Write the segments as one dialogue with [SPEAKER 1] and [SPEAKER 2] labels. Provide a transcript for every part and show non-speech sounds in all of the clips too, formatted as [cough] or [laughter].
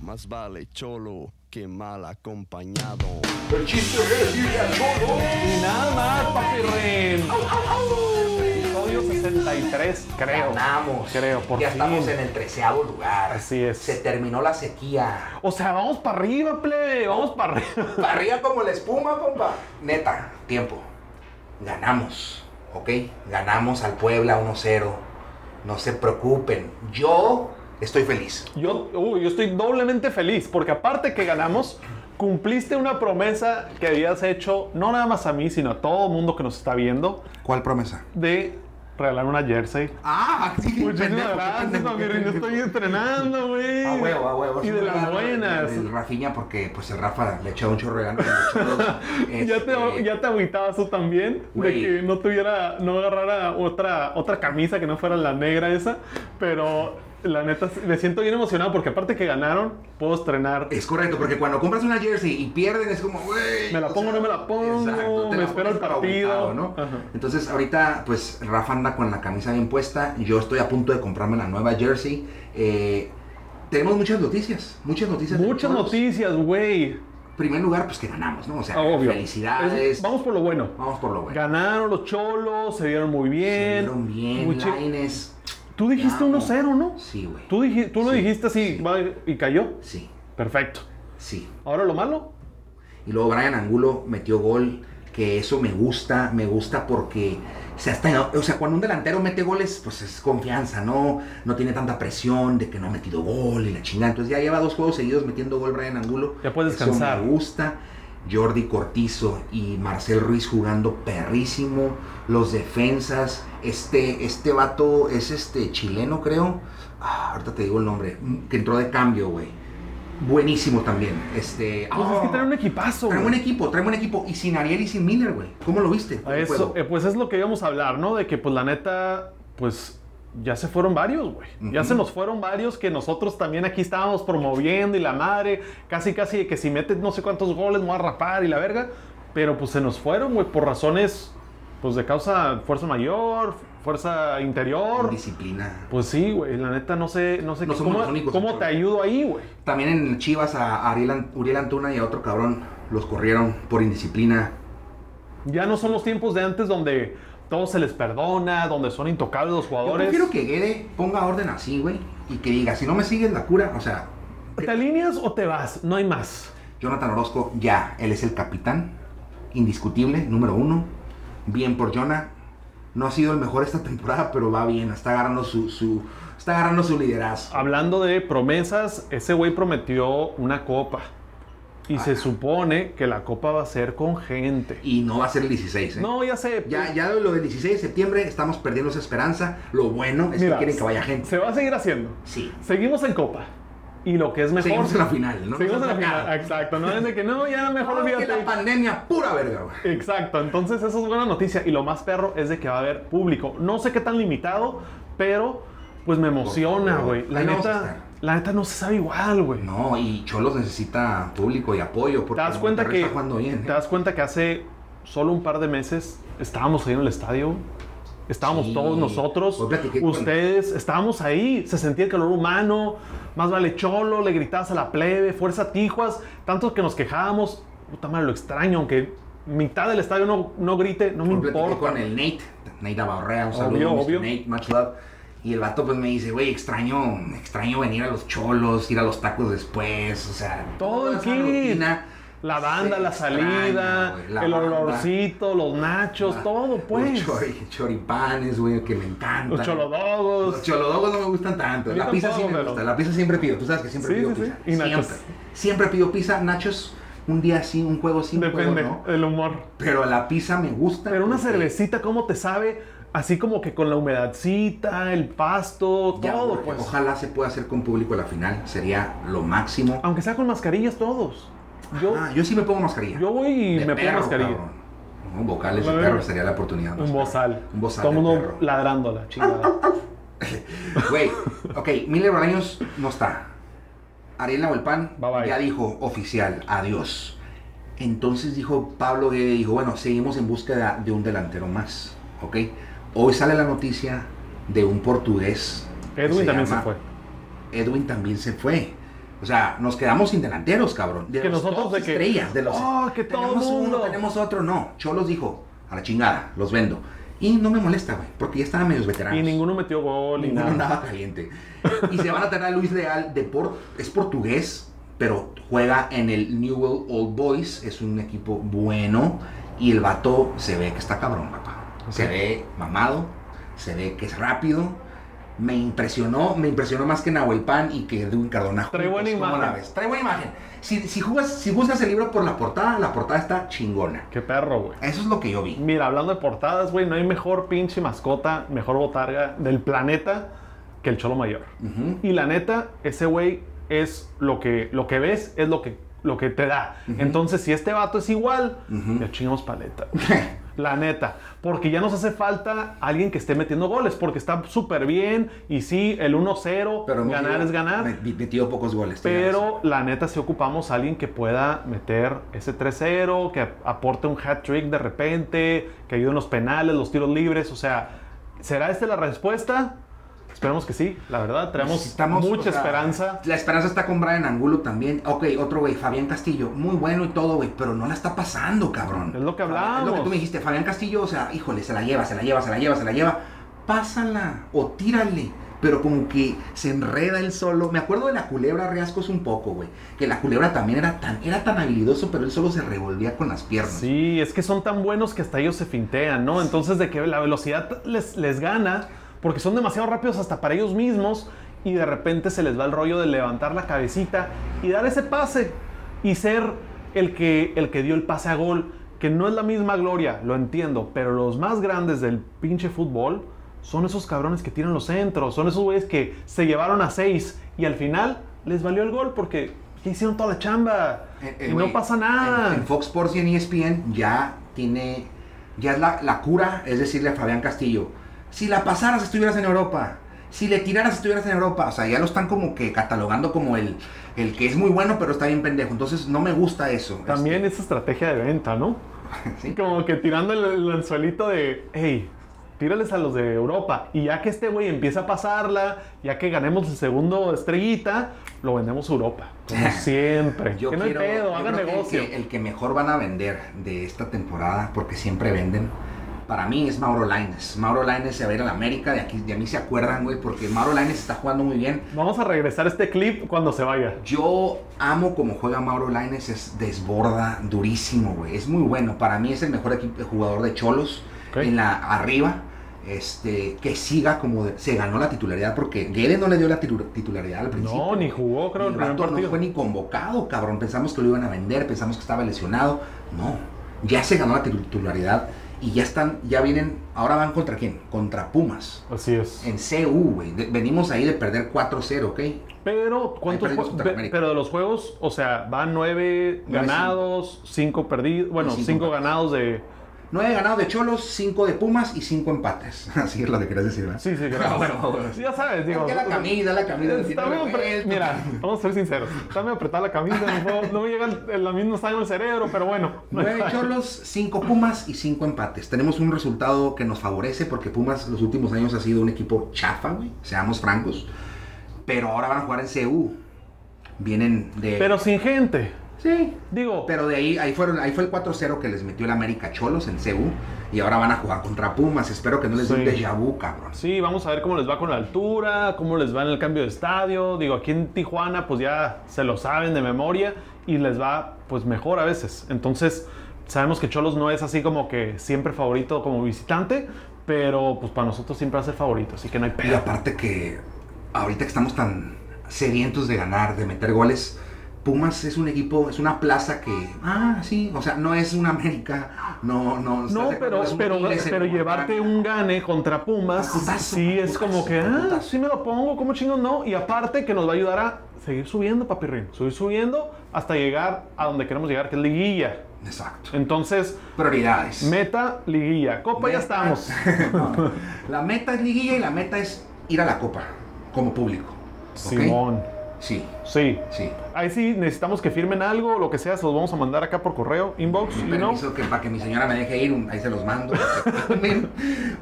[SPEAKER 1] más vale cholo que mal acompañado.
[SPEAKER 2] El chiste es irle al cholo.
[SPEAKER 3] Y nada más, papi Ren. Episodio 63, creo.
[SPEAKER 4] Ganamos.
[SPEAKER 3] Creo, por
[SPEAKER 4] ya
[SPEAKER 3] fin.
[SPEAKER 4] estamos en el treceavo lugar.
[SPEAKER 3] Así es.
[SPEAKER 4] Se terminó la sequía.
[SPEAKER 3] O sea, vamos para arriba, plebe. Vamos para arriba.
[SPEAKER 4] Para arriba como la espuma, compa. Neta, tiempo. Ganamos. ¿Ok? Ganamos al Puebla 1-0. No se preocupen. Yo estoy feliz.
[SPEAKER 3] Yo, uy, yo estoy doblemente feliz porque aparte que ganamos, cumpliste una promesa que habías hecho no nada más a mí, sino a todo el mundo que nos está viendo,
[SPEAKER 4] ¿Cuál promesa?
[SPEAKER 3] de regalar una jersey.
[SPEAKER 4] Ah, sí,
[SPEAKER 3] Muchísimas
[SPEAKER 4] pendejo,
[SPEAKER 3] gracias,
[SPEAKER 4] pendejo,
[SPEAKER 3] papi Ren. Yo
[SPEAKER 4] pendejo.
[SPEAKER 3] Estoy entrenando, güey.
[SPEAKER 4] A huevo, a huevo.
[SPEAKER 3] Y de las buenas.
[SPEAKER 4] El Rafiña, porque pues el Rafa le echaba un chorro de
[SPEAKER 3] [laughs]
[SPEAKER 4] ganas. Este,
[SPEAKER 3] ¿Ya te, ya te agüitabas tú también
[SPEAKER 4] Güey.
[SPEAKER 3] de que no tuviera, no agarrara otra, otra camisa que no fuera la negra esa, pero la neta me siento bien emocionado porque aparte que ganaron, puedo estrenar.
[SPEAKER 4] Es correcto, porque cuando compras una jersey y pierden es como, güey.
[SPEAKER 3] Me la
[SPEAKER 4] o
[SPEAKER 3] pongo, no me la pongo,
[SPEAKER 4] te
[SPEAKER 3] me
[SPEAKER 4] la
[SPEAKER 3] espero el
[SPEAKER 4] pones
[SPEAKER 3] partido.
[SPEAKER 4] aguitado, ¿no?
[SPEAKER 3] Ajá.
[SPEAKER 4] Entonces, ahorita, pues Rafa anda con la camisa bien puesta. Yo estoy a punto de comprarme la nueva jersey. Eh, tenemos muchas noticias, muchas noticias. de
[SPEAKER 3] Muchas
[SPEAKER 4] los Cholos.
[SPEAKER 3] noticias, güey. Ah,
[SPEAKER 4] En primer lugar, pues que ganamos, ¿no? O sea,
[SPEAKER 3] Obvio.
[SPEAKER 4] felicidades.
[SPEAKER 3] Es- vamos por lo bueno.
[SPEAKER 4] Vamos por lo bueno.
[SPEAKER 3] Ganaron los cholos, se vieron muy bien.
[SPEAKER 4] Hicieron bien,
[SPEAKER 3] Mucho-
[SPEAKER 4] Lainez.
[SPEAKER 3] Tú dijiste
[SPEAKER 4] Vamos.
[SPEAKER 3] 1-0, ¿no?
[SPEAKER 4] Sí, güey.
[SPEAKER 3] Tú, dij- tú lo
[SPEAKER 4] Sí,
[SPEAKER 3] dijiste así
[SPEAKER 4] sí.
[SPEAKER 3] va, y cayó.
[SPEAKER 4] Sí,
[SPEAKER 3] Perfecto.
[SPEAKER 4] sí.
[SPEAKER 3] Ahora lo malo,
[SPEAKER 4] Y luego Brian Angulo metió gol, que eso me gusta, me gusta porque se hasta, o sea, cuando un delantero mete goles, pues es confianza, ¿no? No tiene tanta presión de que no ha metido gol y la chingada. Entonces ya lleva dos juegos seguidos metiendo gol Brian Angulo.
[SPEAKER 3] Ya puedes descansar.
[SPEAKER 4] Eso me gusta. Jordi Cortizo y Marcel Ruiz jugando perrísimo. Los defensas. Este, este vato es este chileno, creo. Ah, ahorita te digo el nombre. Que entró de cambio, güey. Buenísimo también. Este.
[SPEAKER 3] pues es que
[SPEAKER 4] ah.
[SPEAKER 3] traen un equipazo.
[SPEAKER 4] Traemos un
[SPEAKER 3] güey.
[SPEAKER 4] equipo, traemos un equipo. Y sin Ariel y sin Miller, güey. ¿Cómo lo viste?
[SPEAKER 3] A
[SPEAKER 4] el
[SPEAKER 3] Eso,
[SPEAKER 4] juego?
[SPEAKER 3] eh, pues es lo que íbamos a hablar, ¿no? De que pues la neta, pues ya se fueron varios, güey. Ya se nos fueron varios que nosotros también aquí estábamos promoviendo y la madre, casi casi de que si metes no sé cuántos goles me voy a rapar y la verga, pero pues se nos fueron, güey, por razones pues de causa fuerza mayor, fuerza interior.
[SPEAKER 4] Disciplina.
[SPEAKER 3] Pues sí, güey, la neta no sé, no sé
[SPEAKER 4] No
[SPEAKER 3] qué-
[SPEAKER 4] somos
[SPEAKER 3] cómo,
[SPEAKER 4] los únicos,
[SPEAKER 3] cómo
[SPEAKER 4] Antonio.
[SPEAKER 3] te ayudo ahí, güey.
[SPEAKER 4] También en Chivas a Ariel An- Uriel Antuna y a otro cabrón los corrieron por indisciplina.
[SPEAKER 3] Ya no son los tiempos de antes donde todo se les perdona, donde son intocables los
[SPEAKER 4] Yo
[SPEAKER 3] jugadores.
[SPEAKER 4] prefiero que Guede ponga orden así, güey. Y que diga, si no me sigues la cura, o sea,
[SPEAKER 3] ¿Te alineas o te vas? No hay más.
[SPEAKER 4] Jonathan Orozco ya, él es el capitán. Indiscutible, número uno. Bien por Jonah. No ha sido el mejor esta [laughs] temporada, pero va bien. Está agarrando su, su, está agarrando su liderazgo.
[SPEAKER 3] Hablando de promesas, ese güey prometió una copa. Y se supone que la copa va a ser con gente.
[SPEAKER 4] Ah. Y no va a ser el 16, ¿eh?
[SPEAKER 3] No, ya sé.
[SPEAKER 4] Ya, ya lo del 16 de septiembre estamos perdiendo esa esperanza. Lo bueno es que
[SPEAKER 3] Mira,
[SPEAKER 4] quieren que vaya gente.
[SPEAKER 3] Se va a seguir haciendo.
[SPEAKER 4] Sí.
[SPEAKER 3] Seguimos en copa. Y lo que es mejor.
[SPEAKER 4] Seguimos en la final, ¿no?
[SPEAKER 3] Seguimos en la
[SPEAKER 4] Nos
[SPEAKER 3] final.
[SPEAKER 4] acaba.
[SPEAKER 3] Exacto. No es de que no, ya mejor
[SPEAKER 4] [laughs] No, que
[SPEAKER 3] olvídate.
[SPEAKER 4] la pandemia, pura verga, güey.
[SPEAKER 3] Exacto, entonces eso es buena noticia y lo más perro es de que va a haber público. No sé qué tan limitado, pero pues me emociona,
[SPEAKER 4] favor,
[SPEAKER 3] güey. La
[SPEAKER 4] ahí vamos a
[SPEAKER 3] neta,
[SPEAKER 4] estar.
[SPEAKER 3] la neta no se sabe igual, güey.
[SPEAKER 4] No, y Cholos necesita público y apoyo. Porque
[SPEAKER 3] ¿Te das cuenta
[SPEAKER 4] Monterrey
[SPEAKER 3] que
[SPEAKER 4] Está jugando bien. ¿eh?
[SPEAKER 3] te das cuenta que hace solo un par de meses estábamos ahí en el estadio? Estábamos
[SPEAKER 4] Sí. Pues
[SPEAKER 3] todos nosotros,
[SPEAKER 4] Hoy platiqué con-
[SPEAKER 3] ustedes, estábamos ahí, se sentía el calor humano, más vale cholo, le gritabas a la plebe, fuerza tijuas, tantos que nos quejábamos, puta madre, lo extraño, aunque mitad del estadio no, no grite, no me
[SPEAKER 4] Yo platiqué
[SPEAKER 3] importa.
[SPEAKER 4] con el Nate, Nate Abarrea, un
[SPEAKER 3] Obvio,
[SPEAKER 4] saludo, Mr.
[SPEAKER 3] obvio.
[SPEAKER 4] Nate, much love. Y el vato pues me dice, güey, extraño, extraño venir a los cholos, ir a los tacos después, o sea,
[SPEAKER 3] Todo
[SPEAKER 4] toda
[SPEAKER 3] el
[SPEAKER 4] esa
[SPEAKER 3] kit.
[SPEAKER 4] rutina
[SPEAKER 3] La banda,
[SPEAKER 4] se
[SPEAKER 3] la salida,
[SPEAKER 4] extraña, güey, la
[SPEAKER 3] el
[SPEAKER 4] banda.
[SPEAKER 3] olorcito, los nachos,
[SPEAKER 4] Ah,
[SPEAKER 3] todo,
[SPEAKER 4] Los
[SPEAKER 3] pues.
[SPEAKER 4] chori- choripanes, güey, que me encantan.
[SPEAKER 3] Los cholodogos.
[SPEAKER 4] Los cholodogos no me gustan tanto.
[SPEAKER 3] A mí
[SPEAKER 4] La pizza sí
[SPEAKER 3] tampoco,
[SPEAKER 4] me
[SPEAKER 3] pero-
[SPEAKER 4] gusta. La pizza siempre pido. Tú sabes que siempre
[SPEAKER 3] Sí,
[SPEAKER 4] pido
[SPEAKER 3] sí,
[SPEAKER 4] pizza.
[SPEAKER 3] sí. Y nachos.
[SPEAKER 4] Siempre. Siempre pido pizza. Nachos, un día sí, un juego sí, un
[SPEAKER 3] Depende
[SPEAKER 4] juego no.
[SPEAKER 3] del humor.
[SPEAKER 4] Pero la pizza me gusta.
[SPEAKER 3] Pero una
[SPEAKER 4] porque
[SPEAKER 3] cervecita, ¿cómo te sabe? Así como que con la humedadcita, el pasto,
[SPEAKER 4] ya,
[SPEAKER 3] todo,
[SPEAKER 4] porque
[SPEAKER 3] pues.
[SPEAKER 4] Ojalá se pueda hacer con público la final. Sería lo máximo.
[SPEAKER 3] Aunque sea con mascarillas todos. Yo,
[SPEAKER 4] Ah, yo sí me pongo mascarilla.
[SPEAKER 3] yo voy y
[SPEAKER 4] De
[SPEAKER 3] me
[SPEAKER 4] perro,
[SPEAKER 3] pongo mascarilla.
[SPEAKER 4] cabrón. No, vocales de
[SPEAKER 3] Vale.
[SPEAKER 4] perro sería la oportunidad. más
[SPEAKER 3] Un bozal.
[SPEAKER 4] perro. Un bozal.
[SPEAKER 3] Todo
[SPEAKER 4] de
[SPEAKER 3] mundo
[SPEAKER 4] perro.
[SPEAKER 3] ladrándola, chingada.
[SPEAKER 4] [laughs] Güey, ok, Miller Bolaños no está. Ariel Nahuelpan
[SPEAKER 3] Bye, bye.
[SPEAKER 4] ya dijo oficial, adiós. Entonces dijo Pablo Guede, dijo, bueno, seguimos en búsqueda de un delantero más, ¿ok? Hoy sale la noticia de un portugués. que
[SPEAKER 3] Edwin
[SPEAKER 4] se
[SPEAKER 3] también
[SPEAKER 4] llama-
[SPEAKER 3] se fue.
[SPEAKER 4] Edwin también se fue. O sea, nos quedamos sin delanteros, cabrón. De
[SPEAKER 3] Que
[SPEAKER 4] los
[SPEAKER 3] nosotros
[SPEAKER 4] top
[SPEAKER 3] de que,
[SPEAKER 4] estrellas, de los
[SPEAKER 3] "Oh, que todo
[SPEAKER 4] tenemos
[SPEAKER 3] mundo".
[SPEAKER 4] uno, tenemos otro, no. Cholos dijo, a la chingada, los vendo. Y no me molesta, güey, porque ya estaban medios veteranos.
[SPEAKER 3] Y ninguno metió gol ni
[SPEAKER 4] Ninguno
[SPEAKER 3] nada.
[SPEAKER 4] andaba caliente. Y se van a tener a Luis Leal, de por- es portugués, pero juega en el Newell Old Boys, es un equipo bueno. Y el vato se ve que está cabrón, papá. Se
[SPEAKER 3] Ok.
[SPEAKER 4] ve mamado, se ve que es rápido. Me impresionó, me impresionó más que Nahuel Pan y que Edwin Cardona.
[SPEAKER 3] Trae buena
[SPEAKER 4] juntos, ¿cómo
[SPEAKER 3] imagen.
[SPEAKER 4] la ves? Trae buena imagen. Si, si, jugas, si buscas el libro por la portada, la portada está chingona.
[SPEAKER 3] Qué perro, güey.
[SPEAKER 4] Eso es lo que yo vi.
[SPEAKER 3] Mira, hablando de portadas, güey, no hay mejor pinche mascota, mejor botarga del planeta que el Cholo Mayor.
[SPEAKER 4] Ujú. [laughs]
[SPEAKER 3] Y la neta, ese güey es lo que, lo que ves, es lo que, lo que te da. Entonces, si este vato es igual,
[SPEAKER 4] Ujú.
[SPEAKER 3] ya chingamos paleta. La neta, porque ya nos hace falta alguien que esté metiendo goles, porque está súper bien y sí, el 1-0,
[SPEAKER 4] Pero hemos
[SPEAKER 3] ganar
[SPEAKER 4] ido-
[SPEAKER 3] es ganar.
[SPEAKER 4] met- Metido pocos goles. tienes razón.
[SPEAKER 3] Pero la neta, si ocupamos a alguien que pueda meter ese 3-0, que aporte un hat trick de repente, que ayude en los penales, los tiros libres. O sea, ¿será esta la respuesta? Esperemos que sí, la verdad. Tenemos
[SPEAKER 4] Necesitamos,
[SPEAKER 3] mucha
[SPEAKER 4] o sea,
[SPEAKER 3] esperanza.
[SPEAKER 4] La esperanza está con Brian Angulo también. Ok, otro güey, Fabián Castillo. Muy bueno y todo, güey, pero no la está pasando, cabrón.
[SPEAKER 3] Es lo que
[SPEAKER 4] Fabián, Es lo que tú
[SPEAKER 3] hablábamos.
[SPEAKER 4] me dijiste, Fabián Castillo, o sea, híjole, se la lleva, se la lleva, se la lleva, se la lleva. Pásala o tírale. Pero como que se enreda él solo. Me acuerdo de la culebra Riascos un poco, güey. Que la culebra también era tan, era tan habilidoso, pero él solo se revolvía con las piernas.
[SPEAKER 3] Sí, es que son tan buenos que hasta ellos se fintean, ¿no? Entonces, de que la velocidad les, les gana, porque son demasiado rápidos hasta para ellos mismos, y de repente se les va el rollo de levantar la cabecita y dar ese pase y ser el que, el que dio el pase a gol, que no es la misma gloria, lo entiendo, pero los más grandes del pinche fútbol son esos cabrones que tiran los centros, son esos güeyes que se llevaron a seis y al final les valió el gol porque ya hicieron toda la chamba
[SPEAKER 4] Eh, eh,
[SPEAKER 3] y
[SPEAKER 4] güey,
[SPEAKER 3] no pasa nada.
[SPEAKER 4] En, en Fox Sports y en E ESPN ya tiene, ya es la, la cura, es decirle a Fabián Castillo, si la pasaras estuvieras en Europa, si le tiraras estuvieras en Europa, o sea, ya lo están como que catalogando como el, el que es muy bueno pero está bien pendejo, entonces no me gusta eso.
[SPEAKER 3] También esa estrategia de venta, ¿no?
[SPEAKER 4] Este, [laughs] sí.
[SPEAKER 3] Como que tirando el, el anzuelito de, hey, tírales a los de Europa. Y ya que este güey empieza a pasarla, ya que ganemos el segundo estrellita, lo vendemos a Europa.
[SPEAKER 4] [laughs]
[SPEAKER 3] Como siempre.
[SPEAKER 4] Yo
[SPEAKER 3] que no hay
[SPEAKER 4] quiero-
[SPEAKER 3] pedo,
[SPEAKER 4] yo
[SPEAKER 3] hagan
[SPEAKER 4] creo que
[SPEAKER 3] negocio.
[SPEAKER 4] El que, el que mejor van a vender de esta temporada, porque siempre venden, para mí es Mauro Laines. Mauro Laines se va a ir a la América, de aquí, de mí se acuerdan, güey, porque Mauro Laines está jugando muy bien.
[SPEAKER 3] Vamos a regresar a este clip cuando se vaya.
[SPEAKER 4] Yo amo como juega Mauro Laines, es desborda durísimo, güey. Es muy bueno. Para mí es el mejor equipo- jugador de Cholos
[SPEAKER 3] Ok.
[SPEAKER 4] en la arriba. Este, que siga como de- se ganó la titularidad porque Guede no le dio la titu- titularidad al principio.
[SPEAKER 3] No, ni jugó,
[SPEAKER 4] Y
[SPEAKER 3] creo, el
[SPEAKER 4] el
[SPEAKER 3] primer
[SPEAKER 4] vato
[SPEAKER 3] partido.
[SPEAKER 4] no fue ni convocado, cabrón. Pensamos que lo iban a vender, pensamos que estaba lesionado. No, ya se ganó la titularidad y ya están, ya vienen, ahora van contra quién? Contra Pumas.
[SPEAKER 3] Así es.
[SPEAKER 4] En CU, güey. De- Venimos ahí de perder 4-0, ¿ok?
[SPEAKER 3] Pero, ¿cuántos
[SPEAKER 4] perdimos
[SPEAKER 3] jue-
[SPEAKER 4] contra
[SPEAKER 3] pe-
[SPEAKER 4] América.
[SPEAKER 3] Pero de los juegos, o sea, van nueve
[SPEAKER 4] Nueve,
[SPEAKER 3] ganados, cinco perdidos, bueno,
[SPEAKER 4] cinco
[SPEAKER 3] cinco
[SPEAKER 4] empates.
[SPEAKER 3] ganados de,
[SPEAKER 4] 9 ganados de Cholos, 5 de Pumas y 5 empates. [laughs] Así es lo que querías decir, ¿verdad? [laughs]
[SPEAKER 3] Sí, sí,
[SPEAKER 4] Ah,
[SPEAKER 3] claro.
[SPEAKER 4] bueno, bueno.
[SPEAKER 3] Ya sabes, digo.
[SPEAKER 4] Es que la camisa, la camisa.
[SPEAKER 3] Está
[SPEAKER 4] tiene
[SPEAKER 3] muy apre-
[SPEAKER 4] revuelto. [laughs]
[SPEAKER 3] [laughs] Mira, vamos a ser sinceros. Está muy apretada la camisa, no, puedo- no me eh, llega el, el- la misma sangre al cerebro, pero bueno. no hay
[SPEAKER 4] 9
[SPEAKER 3] falla.
[SPEAKER 4] Cholos, 5 Pumas y 5 empates. Tenemos un resultado que nos favorece porque Pumas los últimos años ha sido un equipo chafa, güey. Seamos francos. Pero ahora van a jugar en CU. Vienen de.
[SPEAKER 3] Pero sin gente.
[SPEAKER 4] sí.
[SPEAKER 3] Digo,
[SPEAKER 4] Pero de ahí, ahí fueron, ahí fue el 4-0 que les metió el América Cholos en CU. Y ahora van a jugar contra Pumas. Espero que no les dé un
[SPEAKER 3] Sí.
[SPEAKER 4] déjà vu, cabrón.
[SPEAKER 3] sí, vamos a ver cómo les va con la altura, cómo les va en el cambio de estadio. Digo, aquí en Tijuana, pues ya se lo saben de memoria y les va, pues mejor a veces. Entonces, sabemos que Cholos no es así como que siempre favorito como visitante, pero pues para nosotros siempre va a ser favorito, así que no hay
[SPEAKER 4] Y
[SPEAKER 3] pedo.
[SPEAKER 4] aparte que ahorita que estamos tan sedientos de ganar, de meter goles, Pumas es un equipo, es una plaza que, ah, sí, o sea, no es una América, no, no. ¿estás
[SPEAKER 3] No,
[SPEAKER 4] de acuerdo?
[SPEAKER 3] pero,
[SPEAKER 4] Es un
[SPEAKER 3] pero,
[SPEAKER 4] Tigres,
[SPEAKER 3] pero
[SPEAKER 4] un
[SPEAKER 3] llevarte
[SPEAKER 4] Guadalajara.
[SPEAKER 3] un gane contra Pumas,
[SPEAKER 4] Putazo,
[SPEAKER 3] sí es como
[SPEAKER 4] putazo,
[SPEAKER 3] que, ah,
[SPEAKER 4] putazo.
[SPEAKER 3] sí me lo pongo, como chingón no. Y aparte que nos va a ayudar a seguir subiendo, papirrín, subir subiendo hasta llegar a donde queremos llegar, que es liguilla.
[SPEAKER 4] Exacto.
[SPEAKER 3] Entonces,
[SPEAKER 4] Prioridades.
[SPEAKER 3] meta, liguilla, copa, ya
[SPEAKER 4] Meta-
[SPEAKER 3] estamos.
[SPEAKER 4] [laughs] No, la meta es liguilla y la meta es ir a la copa como público. ¿ok?
[SPEAKER 3] Simón.
[SPEAKER 4] Sí,
[SPEAKER 3] Sí.
[SPEAKER 4] sí.
[SPEAKER 3] Ahí sí necesitamos que firmen algo, lo que sea, se los vamos a mandar acá por correo, inbox, you know.
[SPEAKER 4] Permiso que para que mi señora me deje ir, un- ahí se los
[SPEAKER 3] [laughs]
[SPEAKER 4] mando.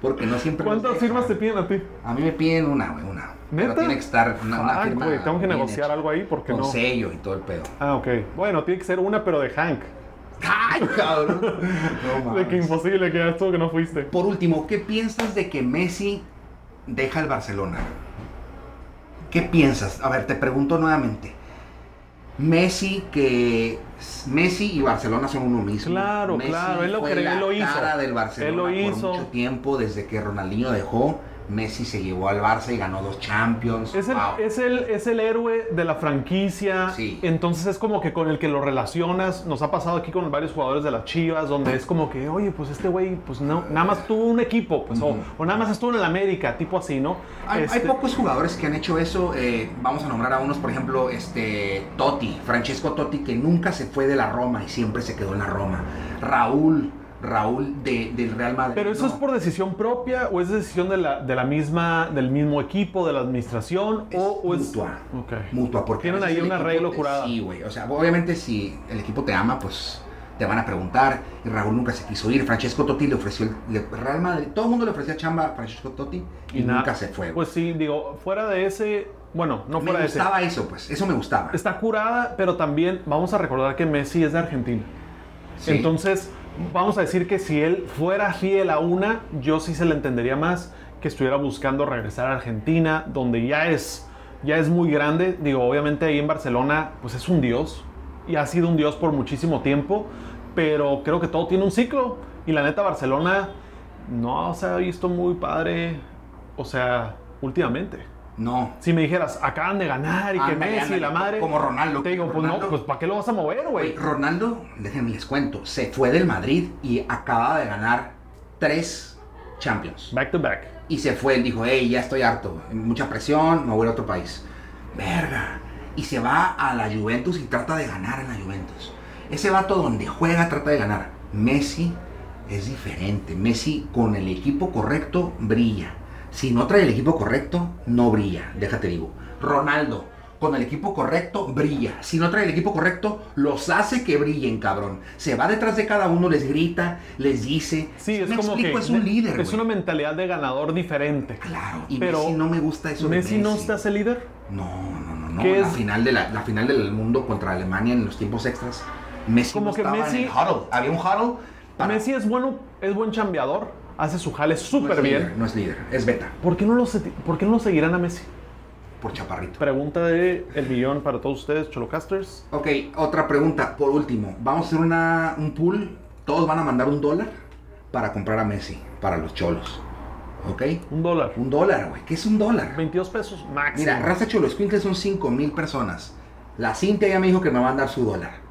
[SPEAKER 4] Porque no siempre. nos
[SPEAKER 3] ¿Cuántas
[SPEAKER 4] dejan.
[SPEAKER 3] firmas te piden a ti?
[SPEAKER 4] A mí me piden una, güey, una. Pero
[SPEAKER 3] ¿Neta?
[SPEAKER 4] tiene que estar una, una
[SPEAKER 3] Fuck,
[SPEAKER 4] firma.
[SPEAKER 3] güey, tengo que
[SPEAKER 4] bien
[SPEAKER 3] negociar
[SPEAKER 4] hecha,
[SPEAKER 3] algo ahí porque
[SPEAKER 4] Con
[SPEAKER 3] no.
[SPEAKER 4] sello y todo el
[SPEAKER 3] [laughs]
[SPEAKER 4] pedo.
[SPEAKER 3] Ah, ok. Bueno, tiene que ser una, pero de Hank.
[SPEAKER 4] ¡Ay, cabrón! No
[SPEAKER 3] De que
[SPEAKER 4] mames.
[SPEAKER 3] imposible que hagas tú que no fuiste.
[SPEAKER 4] Por último, ¿qué piensas de que Messi deja el Barcelona? ¿Qué piensas? A ver, te pregunto nuevamente. Messi que Messi y Barcelona son uno mismo.
[SPEAKER 3] Claro,
[SPEAKER 4] Messi
[SPEAKER 3] claro, él lo
[SPEAKER 4] fue
[SPEAKER 3] cre-
[SPEAKER 4] la
[SPEAKER 3] él lo hizo.
[SPEAKER 4] cara del Barcelona
[SPEAKER 3] Él lo hizo.
[SPEAKER 4] por mucho tiempo desde que Ronaldinho dejó. Messi se llevó al Barça y ganó dos Champions.
[SPEAKER 3] Es el,
[SPEAKER 4] Wow.
[SPEAKER 3] es, el, es el héroe de la franquicia.
[SPEAKER 4] Sí.
[SPEAKER 3] Entonces es como que con el que lo relacionas. Nos ha pasado aquí con varios jugadores de las Chivas, donde es como que, oye, pues este güey, pues no, nada más tuvo un equipo, pues, o-
[SPEAKER 4] Ujú.
[SPEAKER 3] o, nada más estuvo en el América, tipo así, ¿no?
[SPEAKER 4] Hay, hay
[SPEAKER 3] Este,
[SPEAKER 4] pocos jugadores que han hecho eso. eh, vamos a nombrar a unos, por ejemplo, este Totti, Francesco Totti, que nunca se fue de la Roma y siempre se quedó en la Roma. Raúl, Raúl de- del Real Madrid.
[SPEAKER 3] Pero eso
[SPEAKER 4] no.
[SPEAKER 3] es por decisión propia o es decisión de la, de la misma, del mismo equipo, de la administración,
[SPEAKER 4] Es
[SPEAKER 3] o, o es.
[SPEAKER 4] mutua.
[SPEAKER 3] Ok.
[SPEAKER 4] Mutua, porque
[SPEAKER 3] Tienen
[SPEAKER 4] a veces
[SPEAKER 3] ahí
[SPEAKER 4] el
[SPEAKER 3] un
[SPEAKER 4] equipo
[SPEAKER 3] arreglo
[SPEAKER 4] te-
[SPEAKER 3] curado.
[SPEAKER 4] Sí, güey. O sea, obviamente si el equipo te ama, pues te van a preguntar. Y Raúl nunca se quiso ir. Francesco Totti le ofreció el le- Real Madrid. Todo el mundo le ofrecía chamba a Francesco Totti y,
[SPEAKER 3] na-
[SPEAKER 4] nunca se fue. güey.
[SPEAKER 3] Pues sí, digo, fuera de ese. Bueno, no
[SPEAKER 4] me
[SPEAKER 3] fuera de ese.
[SPEAKER 4] gustaba eso, pues. Eso me gustaba.
[SPEAKER 3] Está curada, pero también vamos a recordar que Messi es de Argentina.
[SPEAKER 4] Sí.
[SPEAKER 3] Entonces, vamos a decir que si él fuera fiel a una, yo sí se le entendería más que estuviera buscando regresar a Argentina, donde ya es, ya es muy grande. Digo, obviamente ahí en Barcelona, pues es un dios y ha sido un dios por muchísimo tiempo, pero creo que todo tiene un ciclo. Y la neta, Barcelona no se ha visto muy padre, o sea, últimamente.
[SPEAKER 4] No,
[SPEAKER 3] Si me dijeras, acaban de ganar y que
[SPEAKER 4] Ándale,
[SPEAKER 3] Messi
[SPEAKER 4] ándale,
[SPEAKER 3] la madre.
[SPEAKER 4] como Ronaldo.
[SPEAKER 3] Te digo, pues
[SPEAKER 4] Ronaldo.
[SPEAKER 3] no, pues ¿para qué lo vas a mover,
[SPEAKER 4] Güey,
[SPEAKER 3] güey?
[SPEAKER 4] Ronaldo, déjenme les cuento, se fue del Madrid y acaba de ganar tres Champions.
[SPEAKER 3] Back to back.
[SPEAKER 4] Y se fue, él dijo, hey, ya estoy harto, mucha presión, me voy a otro país. Verga. Y se va a la Juventus y trata de ganar en la Juventus. Ese vato donde juega trata de ganar. Messi es diferente. Messi con el equipo correcto brilla. Si no trae el equipo correcto, no brilla. Déjate digo. Ronaldo, con el equipo correcto, brilla. Si no trae el equipo correcto, los hace que brillen, cabrón. Se va detrás de cada uno, les grita, les dice.
[SPEAKER 3] Sí, es
[SPEAKER 4] Me
[SPEAKER 3] como
[SPEAKER 4] explico,
[SPEAKER 3] que
[SPEAKER 4] es un líder.
[SPEAKER 3] es
[SPEAKER 4] güey.
[SPEAKER 3] una mentalidad de ganador diferente.
[SPEAKER 4] Claro, y
[SPEAKER 3] Pero
[SPEAKER 4] Messi no me gusta eso. de
[SPEAKER 3] Messi no se hace líder.
[SPEAKER 4] No, no, no, no.
[SPEAKER 3] ¿Qué
[SPEAKER 4] La
[SPEAKER 3] es?
[SPEAKER 4] final, de la, la final del mundo contra Alemania en los tiempos extras. Messi
[SPEAKER 3] Como
[SPEAKER 4] no
[SPEAKER 3] que
[SPEAKER 4] estaba en
[SPEAKER 3] Messi-
[SPEAKER 4] el huddle. Había un huddle. para- Pues
[SPEAKER 3] Messi es bueno, es buen chambeador, hace su jale
[SPEAKER 4] no es
[SPEAKER 3] súper
[SPEAKER 4] líder,
[SPEAKER 3] bien.
[SPEAKER 4] no es líder, es beta,
[SPEAKER 3] ¿Por qué, no lo, se- ¿Por qué no lo seguirán a Messi?
[SPEAKER 4] por chaparrito.
[SPEAKER 3] Pregunta de el millón para todos ustedes, Cholocasters.
[SPEAKER 4] Ok, otra pregunta, por último. Vamos a hacer una, un pool. Todos van a mandar un dólar para comprar a Messi, para los cholos. ¿Ok?
[SPEAKER 3] Un dólar.
[SPEAKER 4] Un dólar, güey. ¿Qué es un dólar?
[SPEAKER 3] 22 pesos máximo.
[SPEAKER 4] Mira, raza Cholo Escuincle son 5 mil personas. La Cintia ya me dijo que me va a dar su dólar.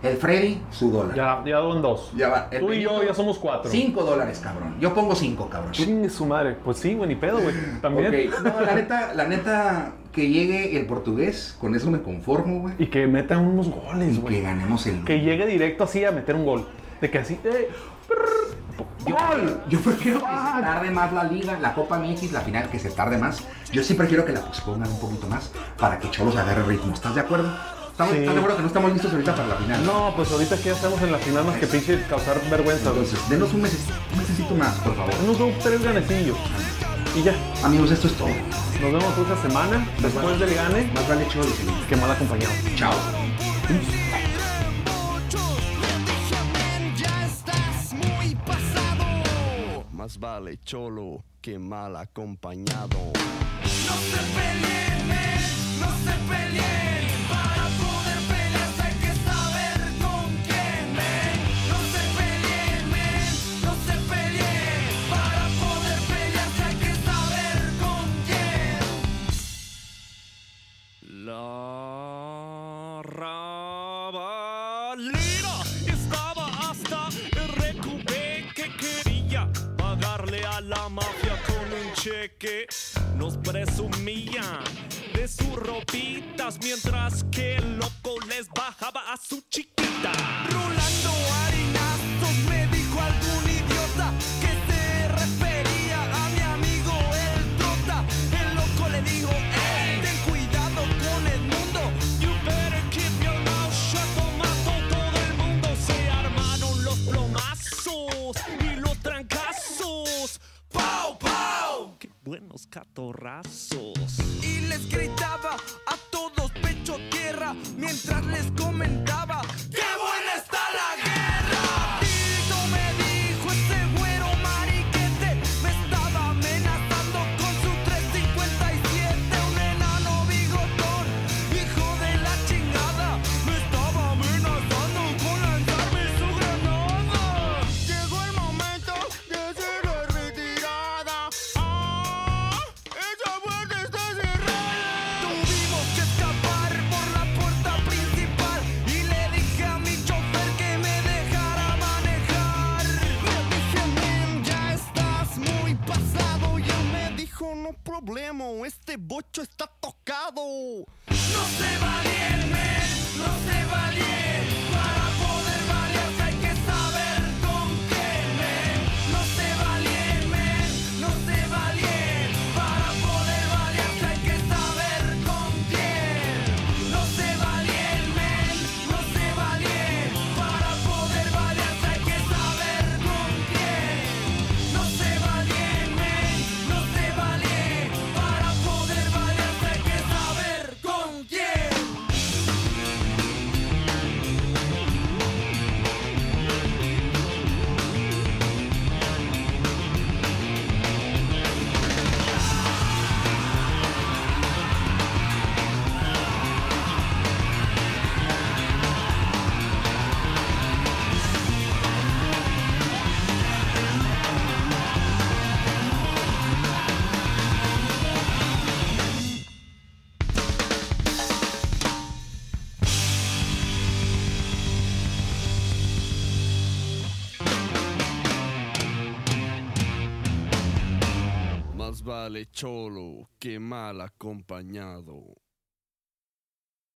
[SPEAKER 4] El Freddy, su dólar.
[SPEAKER 3] ya, ya don dos.
[SPEAKER 4] Ya va, el
[SPEAKER 3] Tú y yo
[SPEAKER 4] Benito,
[SPEAKER 3] ya somos cuatro.
[SPEAKER 4] 5 dólares, cabrón. Yo pongo 5, cabrón.
[SPEAKER 3] Chingue su madre. Pues sí, güey, ni pedo, güey. También. [laughs]
[SPEAKER 4] Ok, No, la neta, la neta, que llegue el portugués, con eso me conformo, güey.
[SPEAKER 3] Y que metan unos goles,
[SPEAKER 4] Y que
[SPEAKER 3] güey.
[SPEAKER 4] ganemos el
[SPEAKER 3] Que llegue directo así a meter un gol. De que así. ¡eh!
[SPEAKER 4] Yo,
[SPEAKER 3] ¡Gol! ¡Ah!
[SPEAKER 4] yo prefiero que se tarde más la liga, la Copa MX, la final, que se tarde más. Yo sí prefiero que la pospongan un poquito más para que Cholos agarre ritmo. ¿Estás de acuerdo? ¿Estamos,
[SPEAKER 3] Sí.
[SPEAKER 4] ¿Estás de acuerdo que no estamos listos ahorita para la final?
[SPEAKER 3] No, pues ahorita que ya estamos en la final más que pinche causar vergüenza, güey.
[SPEAKER 4] Entonces, denos un, meses, un mesecito más, por favor.
[SPEAKER 3] Unos dos, tres ganecillos. Y ya.
[SPEAKER 4] Amigos, esto es todo.
[SPEAKER 3] Nos vemos otra semana. Después del gane.
[SPEAKER 4] Más vale Cholos. amigos.
[SPEAKER 3] Que mal acompañado.
[SPEAKER 4] Chao.
[SPEAKER 5] Ya estás muy pasado.
[SPEAKER 1] Más vale cholo que mal acompañado.
[SPEAKER 5] No se peleen, eh, no se peleen. Para poder pelearse hay que saber con quién. eh. No se peleen, eh, no se peleen. Para poder pelearse hay que saber con quién. La rabalina estaba hasta el recubé que quería pagarle a la mafia con un cheque. Nos presumían de sus ropitas mientras que el loco les bajaba a su chiquita. Rulando harinazos me dijo algún idiota que se refería a mi amigo el trota. El loco le dijo, "Ey, ten cuidado con el mundo. buenos catorrazos.
[SPEAKER 6] y les gritaba a todos pecho tierra mientras les comentaba ¡Qué buena está la guerra! Tito me dijo ese güero mariquete me estaba amenazando con su 357 un enano bigotón hijo de la chingada me estaba amenazando con lanzarme su granada Llegó el momento de hacer la retirada ¡Ah! ¡Esa puerta está cerrada! Tuvimos que escapar por la puerta principal Y le dije a mi chofer que me dejara manejar Le dije, men, ya estás muy pasado Y él me dijo, no problema, este bocho está tocado No se va bien, men, no se va bien Para poder valerse hay que saber con qué, men No se va bien, men, no se va bien Para poder valerse hay que saber con quién No se va bien, men, no se va bien Para poder valerse hay que saber con quién No se va bien, men, no se va bien Para poder valerse hay que saber con quién
[SPEAKER 1] Más vale cholo que mal acompañado.